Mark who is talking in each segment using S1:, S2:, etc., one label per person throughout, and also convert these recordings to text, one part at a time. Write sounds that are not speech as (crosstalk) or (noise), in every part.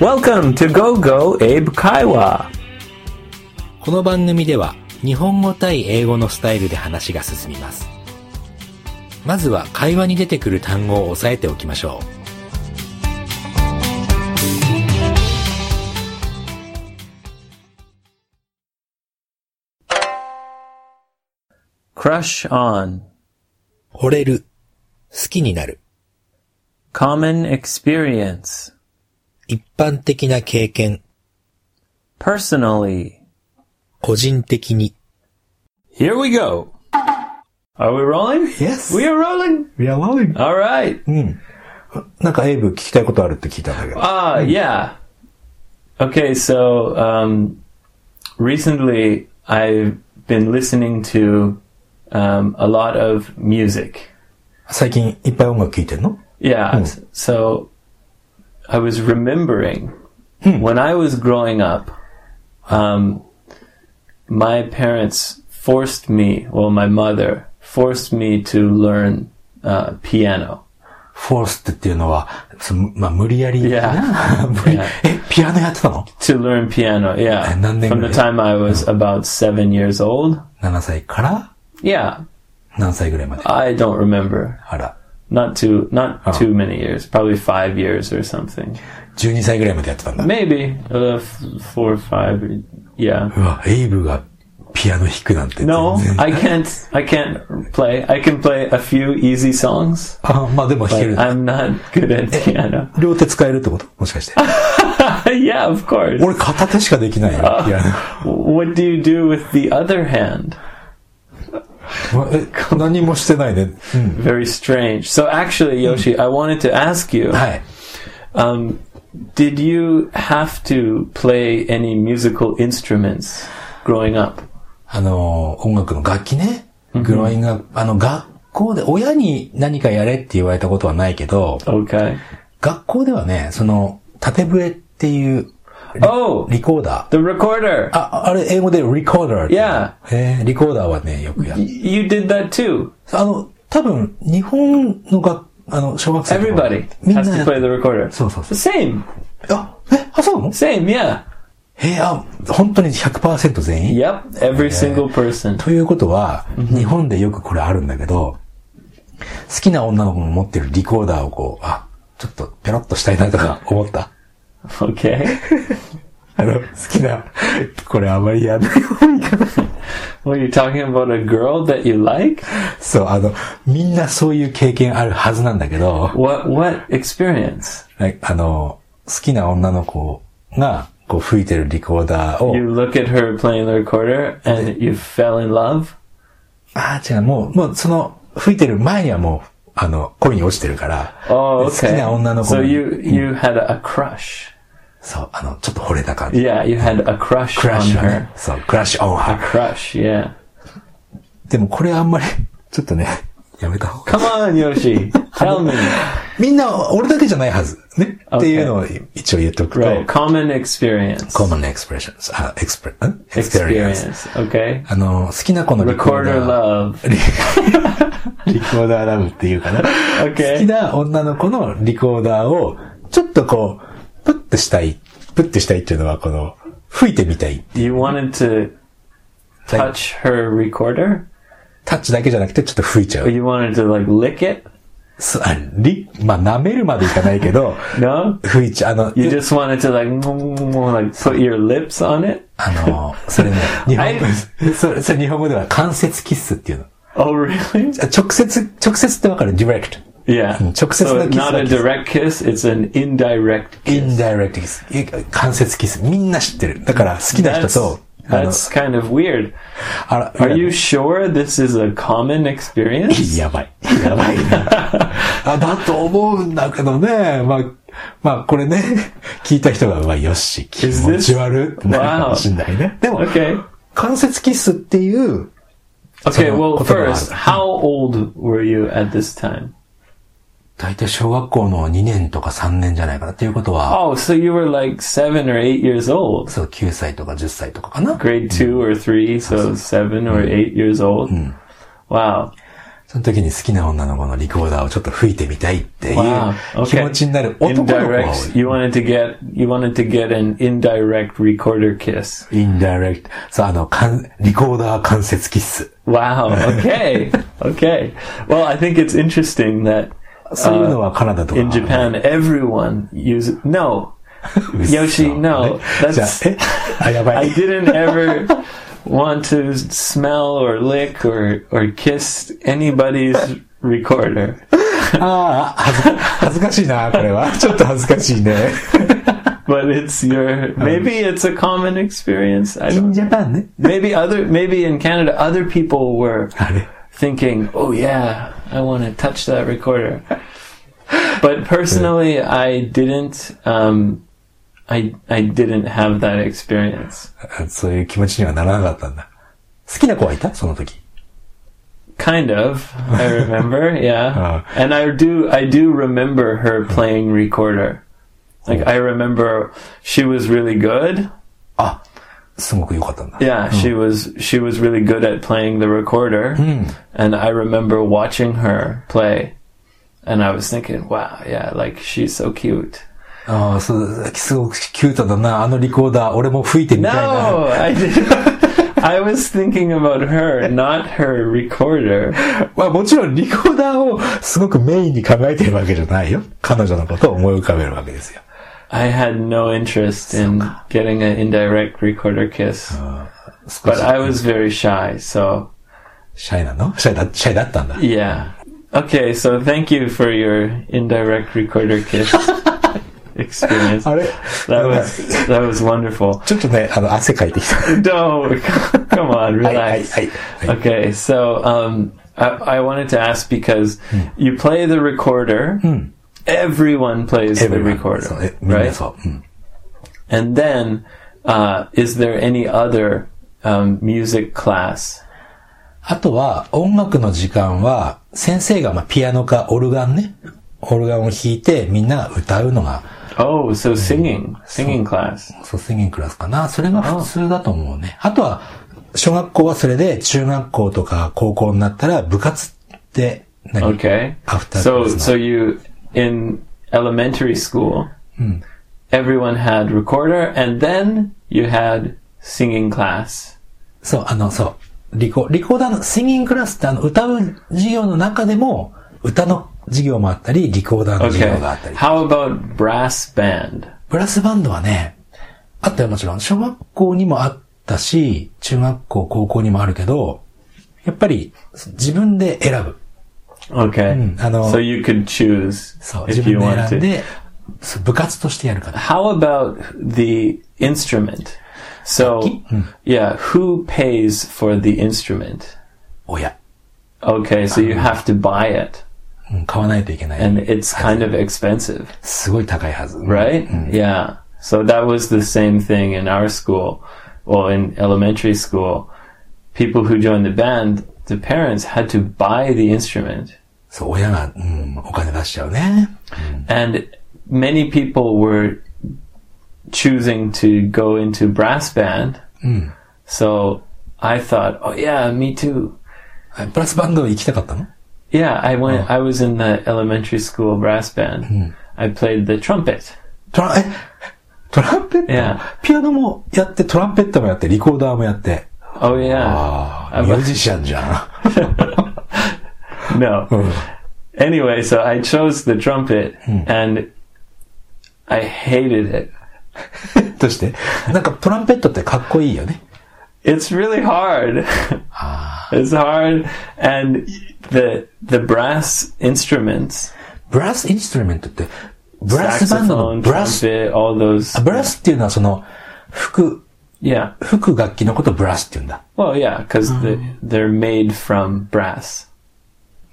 S1: Welcome to Go Go Abe Kaiwa.
S2: この番組では日本語対英語のスタイルで話が進みます。まずは会話に出てくる単語を押さえておきましょ
S1: Crush on.
S2: う。惚れる。好きになる。
S1: Common experience.
S2: 一般的な経験。
S1: Personally.
S2: 個人的に。
S1: Here we go. Are we rolling?
S3: Yes.
S1: We are rolling.
S3: いや、ワイ、
S1: All right.
S3: うん。なんかエイブ聞きたいことあるって聞いたんだけど。
S1: Ah, yeah. Okay, so um, recently I've been listening to um, a lot of music.
S3: 最近いっぱい音楽聴いてんの
S1: Yeah.
S3: Hmm.
S1: s- So I was remembering
S3: Hmm.
S1: when I was growing up, um, my parents forced me, well, my mother forced me to learn uh, piano.
S3: フォースってっていうのは、そのまあ、無理やり。
S1: Yeah.
S3: (laughs) 無理
S1: Yeah.
S3: え、ピアノやってたの
S1: To learn piano, yeah.
S3: And Hmm. then they
S1: From the
S3: made-
S1: time I was about seven years old.
S3: ?7 歳から
S1: Yeah.
S3: 何歳ぐらいまで
S1: I don't remember.
S3: あら、
S1: Not too, not
S3: Oh.
S1: too many years. Probably five years or something.
S3: 12歳ぐらいまでやってたんだ。
S1: Maybe uh, f- four or five. Yeah.
S3: うわ、エイブがピアノ弾くなんて全然。 (laughs)
S1: No, I can't. I can't play. I can play a few easy songs,
S3: あ、まあでも弾け
S1: but
S3: る。
S1: I'm not good at (laughs) piano.
S3: 両手使えるってこともしか (laughs) して。
S1: yeah, of course. Uh,
S3: 俺片手しかできないよ、ピア
S1: (laughs) What do you do with the other hand?
S3: ノ。 (laughs) え何もしてないね。うん。
S1: Very strange. So actually, Yoshi, I wanted to ask you:
S3: はい。
S1: um, Did you have to play any musical instruments growing up?
S3: あの、音楽の楽器ね。グローイングアップあの、学校で、親に何かやれって言われたことはないけど、
S1: Okay.
S3: 学校ではね、その、縦笛っていう、
S1: Oh,
S3: リコーダー。
S1: the recorder.
S3: あ、あれ、英語でリコーダーって。
S1: Yeah.
S3: へえリコーダーはね、よくや
S1: Y-
S3: る。
S1: You did that too.
S3: あの、多分、日本の学、あの、小学生とか
S1: Everybody
S3: みんな
S1: has to play
S3: や
S1: the recorder.
S3: そうそうそう。
S1: Same,
S3: あ、え、あ、そうなの
S1: same. Yeah.
S3: へえあ、本当に100%全員
S1: Yep, every single person. (laughs)
S3: ということは、日本でよくこれあるんだけど、好きな女の子の持ってるリコーダーをこう、あ、ちょっとペロッとしたいなとか思った。
S1: Okay.
S3: あの、好きな、これあまりやんない方がいいかな。
S1: Well, you're talking about a girl that you like?
S3: そう、あの、みんなそういう経験あるはずなんだけど、
S1: What what experience?
S3: ねあの、好きな女の子が、こう吹いてるリコーダーを、
S1: You look at her playing the recorder and you fell in love?
S3: ああ、違う、もう、もうその、吹いてる前にはもう、あの、恋に落ちてるから、
S1: Oh,
S3: 好き
S1: okay.
S3: な女の子
S1: So
S3: に
S1: you you had a crush.
S3: そう、あの、ちょっと惚れた感じ。
S1: Yeah, you had a crush
S3: クラ
S1: on
S3: ッシュは
S1: her.
S3: ね。そう、クラッシュオン
S1: A
S3: ハ
S1: crush, yeah.
S3: でもこれあんまり、ちょっとね、やめた方が。
S1: Come on, Yoshi. Tell (laughs) me.
S3: みんな、俺だけじゃないはず。ね。っていうのを一応言っておく
S1: Right.
S3: と、
S1: Common experience.
S3: common expressions, あ、expre, ん experience。
S1: experience. Okay.
S3: あの、好きな子のリコー
S1: Recorder
S3: ダ
S1: love.
S3: ー、リコーダーラブっていう
S1: (laughs)
S3: かな。
S1: Okay.
S3: 好きな女の子のリコーダーを、ちょっとこう、プッとしたい。プッとしたいっていうのは、この、吹いてみたい。
S1: You wanted to touch her recorder?
S3: タッチだけじゃなくて、ちょっと吹いちゃ
S1: Or
S3: う。
S1: you wanted to like lick it?
S3: すあり、まあ、舐めるまでいかない
S1: (laughs)
S3: けど、
S1: No?
S3: 吹いちゃう。あの、
S1: You just wanted to like, like put your lips on it?
S3: あの、そ
S1: (laughs)
S3: れね、日本語、それ、それ日本語では間接キスっていうの。
S1: Oh, really?
S3: あ直接、直接ってわかる ?direct。
S1: Yeah.
S3: Mm,
S1: So
S3: 直接の kiss
S1: not a
S3: だけ。
S1: direct kiss, it's an indirect kiss.
S3: indirect キス。い間接キス。みんな知ってる。だから好きな人
S1: That's,
S3: と、あの、
S1: that's kind of weird.
S3: あら、
S1: Are you sure this is a common experience?
S3: やばい。やばいな。 (laughs) あだと思うんだけどね。まあ、まあこれね、 (laughs) 聞いた人が、うわ、よし、気
S1: Is this-
S3: 持ち悪ってなるかもしんないね。でも、
S1: Okay.
S3: 間接キスっていう、
S1: Okay,
S3: その
S1: well,
S3: 言葉がある。
S1: first, how old were you at this time?
S3: 大体小学校の2年とか3年じゃないかなっていうことは、
S1: Oh, so you were like seven or eight years old.
S3: そう、9歳とか10歳とかかな。
S1: Grade two or three, so seven or eight years old. Wow.
S3: その時に好きな女の子のリコーダーをちょっと吹いてみたいってい
S1: Wow.
S3: う
S1: Okay.
S3: 気持ちになる男の子が多
S1: Indirect.
S3: い。
S1: You wanted to get you wanted to get an indirect recorder kiss.
S3: インダイレクト。そう、あの、かんリコーダー関節キッス。
S1: Wow. Okay. okay. Well, I think it's interesting that
S3: そういうのはカナダとか。
S1: in Japan everyone uses no.
S3: うっそ
S1: Yoshi, no.
S3: あれじゃあ
S1: That's
S3: え (laughs) あ、やば
S1: I
S3: い。 (laughs)
S1: didn't ever want to smell or lick or or kiss anybody's recorder.
S3: ああ、恥ず恥ずかしいな、これ (laughs) は。ちょっと恥ずかしいね。
S1: But it's your maybe it's a common experience. I
S3: イ
S1: don't
S3: ンジャパンね。
S1: maybe other maybe in Canada other people were
S3: あれ
S1: thinking, "Oh yeah, I want to touch that recorder." But personally, I didn't. Um, I I didn't have that experience.
S3: あそういう気持ちにはならなかったんだ。好きな子はいたその時。
S1: Kind of, I remember, yeah.
S3: Ah.
S1: And I do I do remember her playing recorder. Like I remember she was really good.
S3: あ、すごく良かったんだ。
S1: Yeah, she was she was really good at playing the recorder,
S3: Hmm.
S1: and I remember watching her play, and I was thinking, wow, yeah, like she's so cute.
S3: ああ、そう、すごくキュートだな。あのリコーダー、俺も吹いてみたいな。
S1: No, (laughs) I did. I was thinking about her, not her recorder.
S3: まあもちろんリコーダーをすごくメインに考えてるわけじゃないよ。彼女のことを思い浮かべるわけですよ。
S1: I had no interest in getting an indirect recorder kiss,
S3: 少
S1: but
S3: し
S1: I was very shy. So
S3: シャイなのシャイだ、シャイだったんだ。
S1: yeah. Okay, so thank you for your indirect recorder kiss experience.
S3: あれ
S1: That was that was
S3: (laughs)
S1: wonderful.
S3: ちょっとね、あの、汗かいてきた。
S1: No, (laughs) come on,
S3: はいはい、
S1: relax.
S3: はい。はい
S1: Okay, so um, I, I wanted to ask because you play the recorder. Everyone plays the recorder,
S3: そうえみんな
S1: right?
S3: そう。うん
S1: And then, uh, is there any other um, music class?
S3: あとは、音楽の時間は、先生がまあピアノかオルガンね。オルガンを弾いて、みんなが歌うのが、
S1: Oh, so singing, singing class.
S3: そう、スイングクラスかな。それが普通だと思うね。あとは、小学校はそれで、中学校とか高校になったら、部活って何、
S1: Okay.
S3: After
S1: so,
S3: class, no.
S1: so you in elementary school, everyone had recorder, and then you had singing class.
S3: そう、あの、そう。リコ、リコーダーの、スイングクラスってあの、歌う授業の中でも、歌の授業もあったり、リコーダーの授
S1: Okay.
S3: 業があったり。
S1: How about brass band?
S3: ブラスバンドはね、あったよもちろん。小学校にもあったし、中学校、高校にもあるけど、やっぱり自分で選ぶ。
S1: Okay.
S3: Mm, I know.
S1: So you could choose
S3: そう、自
S1: if you
S3: 分
S1: want
S3: で
S1: to.
S3: 選んで、そう部活としてやるから。
S1: How about the instrument? So, yeah, who pays for the instrument?
S3: 親、
S1: Okay, so you have to buy it,
S3: うん、買わないといけな
S1: and
S3: い。
S1: it's kind of expensive,
S3: すごい高いはず。
S1: right?
S3: うん
S1: Yeah. So that was the same thing in our school, well, in elementary school. People who joined the band, the parents had to buy the instrument.
S3: そう、親が、うん、お金出しちゃうね。
S1: and many people were choosing to go into brass band. So I thought, oh yeah, me too.
S3: あブラスバンド行きたかったの
S1: Yeah, I went. I was in the elementary school brass band. I played the trumpet.
S3: トラ、えトランペット、
S1: いや
S3: ピアノもやって、トランペットもやって、リコーダーもやって。
S1: Oh yeah,
S3: あ
S1: あ
S3: あ、ミュージシャンじゃ
S1: no.
S3: ん。うん。
S1: Anyway, so I chose the trumpet, and I hated it.
S3: (laughs) どうしてなんかトランペットってかっこいいよね。
S1: It's really hard. (laughs) it's hard, and the the brass instruments.
S3: ブラスインストゥルメントって、ブラスバンドの
S1: saxophone,
S3: ブラス、
S1: trumpet, all those.
S3: あブラスっていうのはその、服、
S1: Yeah.
S3: 服楽器のことブラスって言うんだ。
S1: Well, Oh, yeah, because they're made from brass.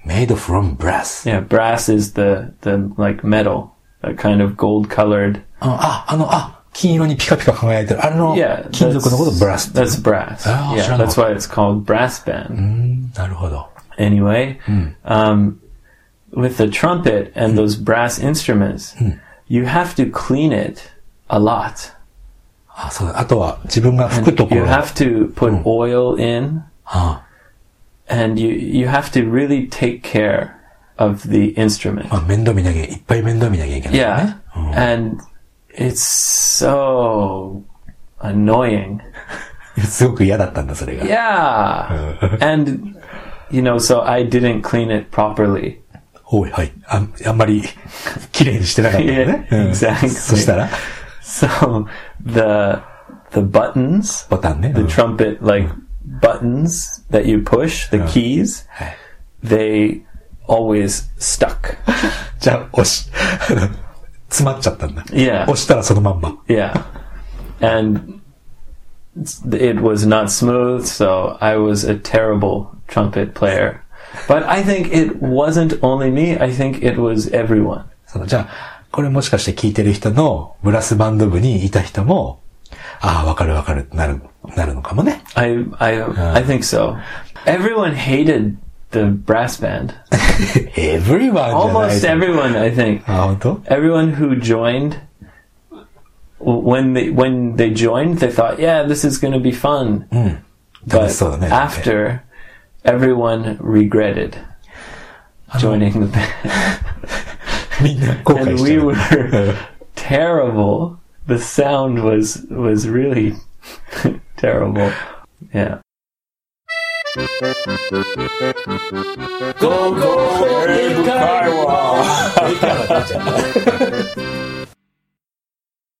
S3: made from brass.
S1: Yeah, brass is the the like metal, that kind of gold colored.
S3: あ、ああの、あ、金色にピカピカ輝いてる。あれの
S1: Yeah,
S3: 金属のことブラスって。
S1: That's Oh, brass.
S3: Oh,
S1: yeah,
S3: sure
S1: that's why it's called brass band.
S3: なるほど。
S1: Anyway, um, with the trumpet and those brass instruments, you have to clean it a lot.
S3: あ、そうだ。あとは自分が吹くとこ
S1: You
S3: ろ。あ
S1: have to put oil in
S3: あ
S1: and you you have to really take care of the instrument.
S3: まあ、面倒見なきゃ、いっぱい面倒見なきゃいけない、ね。
S1: Yeah,
S3: うん
S1: and it's so annoying.
S3: すごく嫌だったんだ、それが。
S1: Yeah, and you know, so I didn't clean it properly. (laughs)
S3: おい、はい。あんあんまり、綺麗にしてなかったのね。
S1: Yeah,
S3: うん
S1: exactly.
S3: そしたら、
S1: So the the buttons,
S3: ボタンね。う
S1: the
S3: ん
S1: trumpet like buttons that you push, the keys, they always stuck. (laughs)
S3: じゃあ、押し、詰まっちゃったんだ。
S1: Yeah.
S3: 押したらそのまんま。
S1: Yeah. And it's- it was not smooth, so I was a terrible trumpet player. But I think it wasn't only me, I think it was everyone.
S3: そのじゃあ、これもしかして聞いてる人のブラスバンド部にいた人も、ああ、わかるわかるってなる、なるのかもね。 (laughs)
S1: I I I think so. Everyone hated the brass band.
S3: everyone じゃ
S1: Almost
S3: ない
S1: everyone, I think.
S3: あ、本当？
S1: Everyone who joined when they when they joined, they thought, "Yeah, this is going to be fun."
S3: 楽
S1: But
S3: しそうだね。
S1: after, everyone regretted joining the band.
S3: (laughs) みんな後悔
S1: And
S3: して
S1: we
S3: る。
S1: were
S3: (laughs)
S1: terrible. The sound was was really (laughs) terrible. Yeah. Go go
S3: (laughs) Go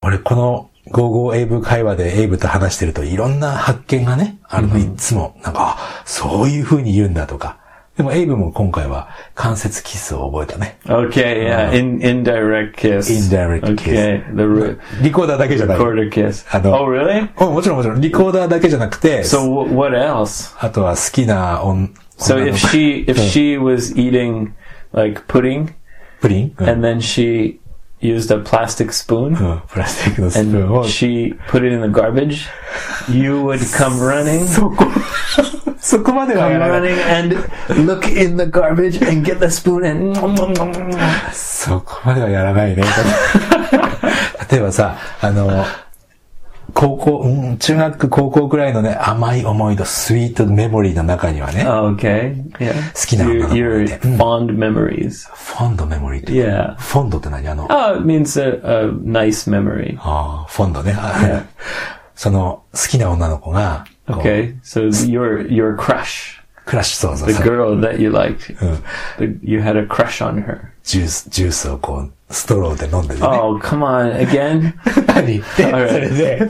S3: 俺、この、ゴーゴーエイブ会話でエイブと話してるといろんな発見がね、あるの、いつも、なんか、あそういう風に言うんだとか。でもエイブも今回は関節キスを覚えたね。
S1: Okay, yeah, in indirect kiss.
S3: Indirect
S1: okay,
S3: kiss.
S1: Okay, the re-
S3: リコーダーだけじゃない。
S1: quarter kiss.
S3: I know.
S1: Oh, really?
S3: うんもちろんもちろん、リコーダーだけじゃなくて、
S1: So w- what else?
S3: あとは好きな女
S1: So
S3: 女の
S1: if
S3: 子
S1: she if she
S3: Yeah.
S1: was eating like pudding
S3: プリン、うん
S1: and then she used a plastic spoon
S3: うんプラスチックのスプーンを
S1: and she put it in the garbage, you would (laughs) come running,
S3: (laughs) そこ、そこまでは
S1: come
S3: やらない。
S1: running and look in the garbage and get the spoon and. nom, nom, nom, nom, nom.
S3: そこまではやらないね。 (laughs) 例えばさ、あの、高校、うん中学、高校くらいのね、甘い思いとスイートメモリーの中にはね、
S1: Oh, Okay, yeah.
S3: 好きな女の子がいて。
S1: Your, your
S3: うん。
S1: fond memories.
S3: フォンドメモリーっていう。
S1: Yeah.
S3: フォンドって何あの、
S1: Oh, it means a, a nice memory.
S3: あーフォンドね。あ (laughs) その、好きな女の子が、こう
S1: Okay, so your your crush,
S3: クラッシュ、そうそう
S1: the
S3: そう
S1: girl that you liked,
S3: うん
S1: the, you had a crush on her.
S3: ジュース、ジュースをこう、ストローで飲んでてね。
S1: Oh, come on (laughs) again.
S3: 何言って、そ
S1: Alright.
S3: れで、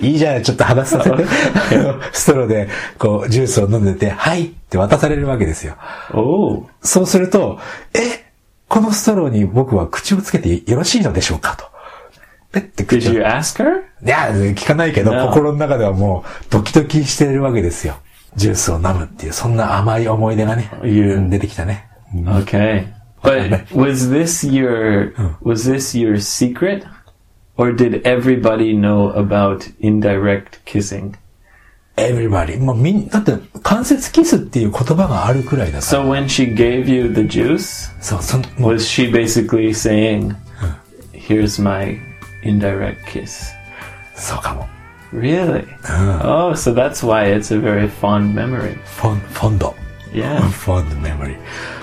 S3: いいじゃない、ちょっと話させて。あの (laughs) ストローで、こう、ジュースを飲んでて、はいって渡されるわけですよ。
S1: Oh,
S3: そうすると、え、このストローに僕は口をつけてよろしいのでしょうかと。ペッて
S1: did
S3: 口を。い
S1: you ask her?
S3: や、聞かないけど、
S1: No.
S3: 心の中ではもう、ドキドキしてるわけですよ。ジュースを飲むっていう、そんな甘い思い出がね、
S1: You-
S3: 出てきたね。
S1: Okay. But was this your was this your secret? Or did everybody know about indirect kissing?
S3: everybody. もうみん、だって、関節キスっていう言葉があるくらいだから。
S1: So when she gave you the juice,
S3: そう、そん、もう
S1: was she basically saying, "Here's my indirect kiss"?
S3: そうかも。
S1: Really? Oh, so that's why it's a very fond memory.
S3: フォン、フォンド。
S1: Yeah.
S3: フォンドメモリー。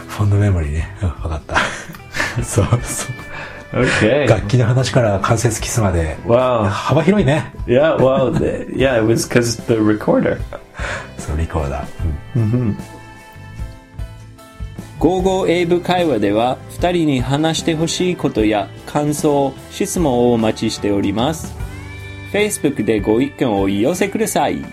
S3: フォンドメモリーね。うん、わか (laughs) った。そうそう。 (laughs)
S1: Okay.
S3: 楽器の話から関節キスまで、
S1: Wow.
S3: 幅広いね。
S1: Yeah. Well. th- yeah. It was because the recorder.
S3: そう、リコーダー。うん
S1: ゴーゴー英語会話では2人に話してほしいことや感想、質問をお待ちしております。Facebook でご意見をお寄せください。